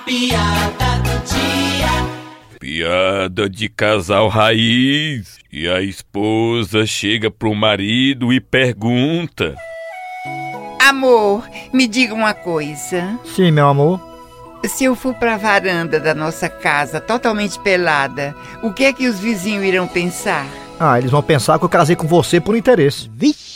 piada do dia. Piada de casal raiz. E a esposa chega pro marido e pergunta: Amor, me diga uma coisa. Sim, meu amor. Se eu for pra varanda da nossa casa totalmente pelada, o que é que os vizinhos irão pensar? Ah, eles vão pensar que eu casei com você por interesse. Vixe!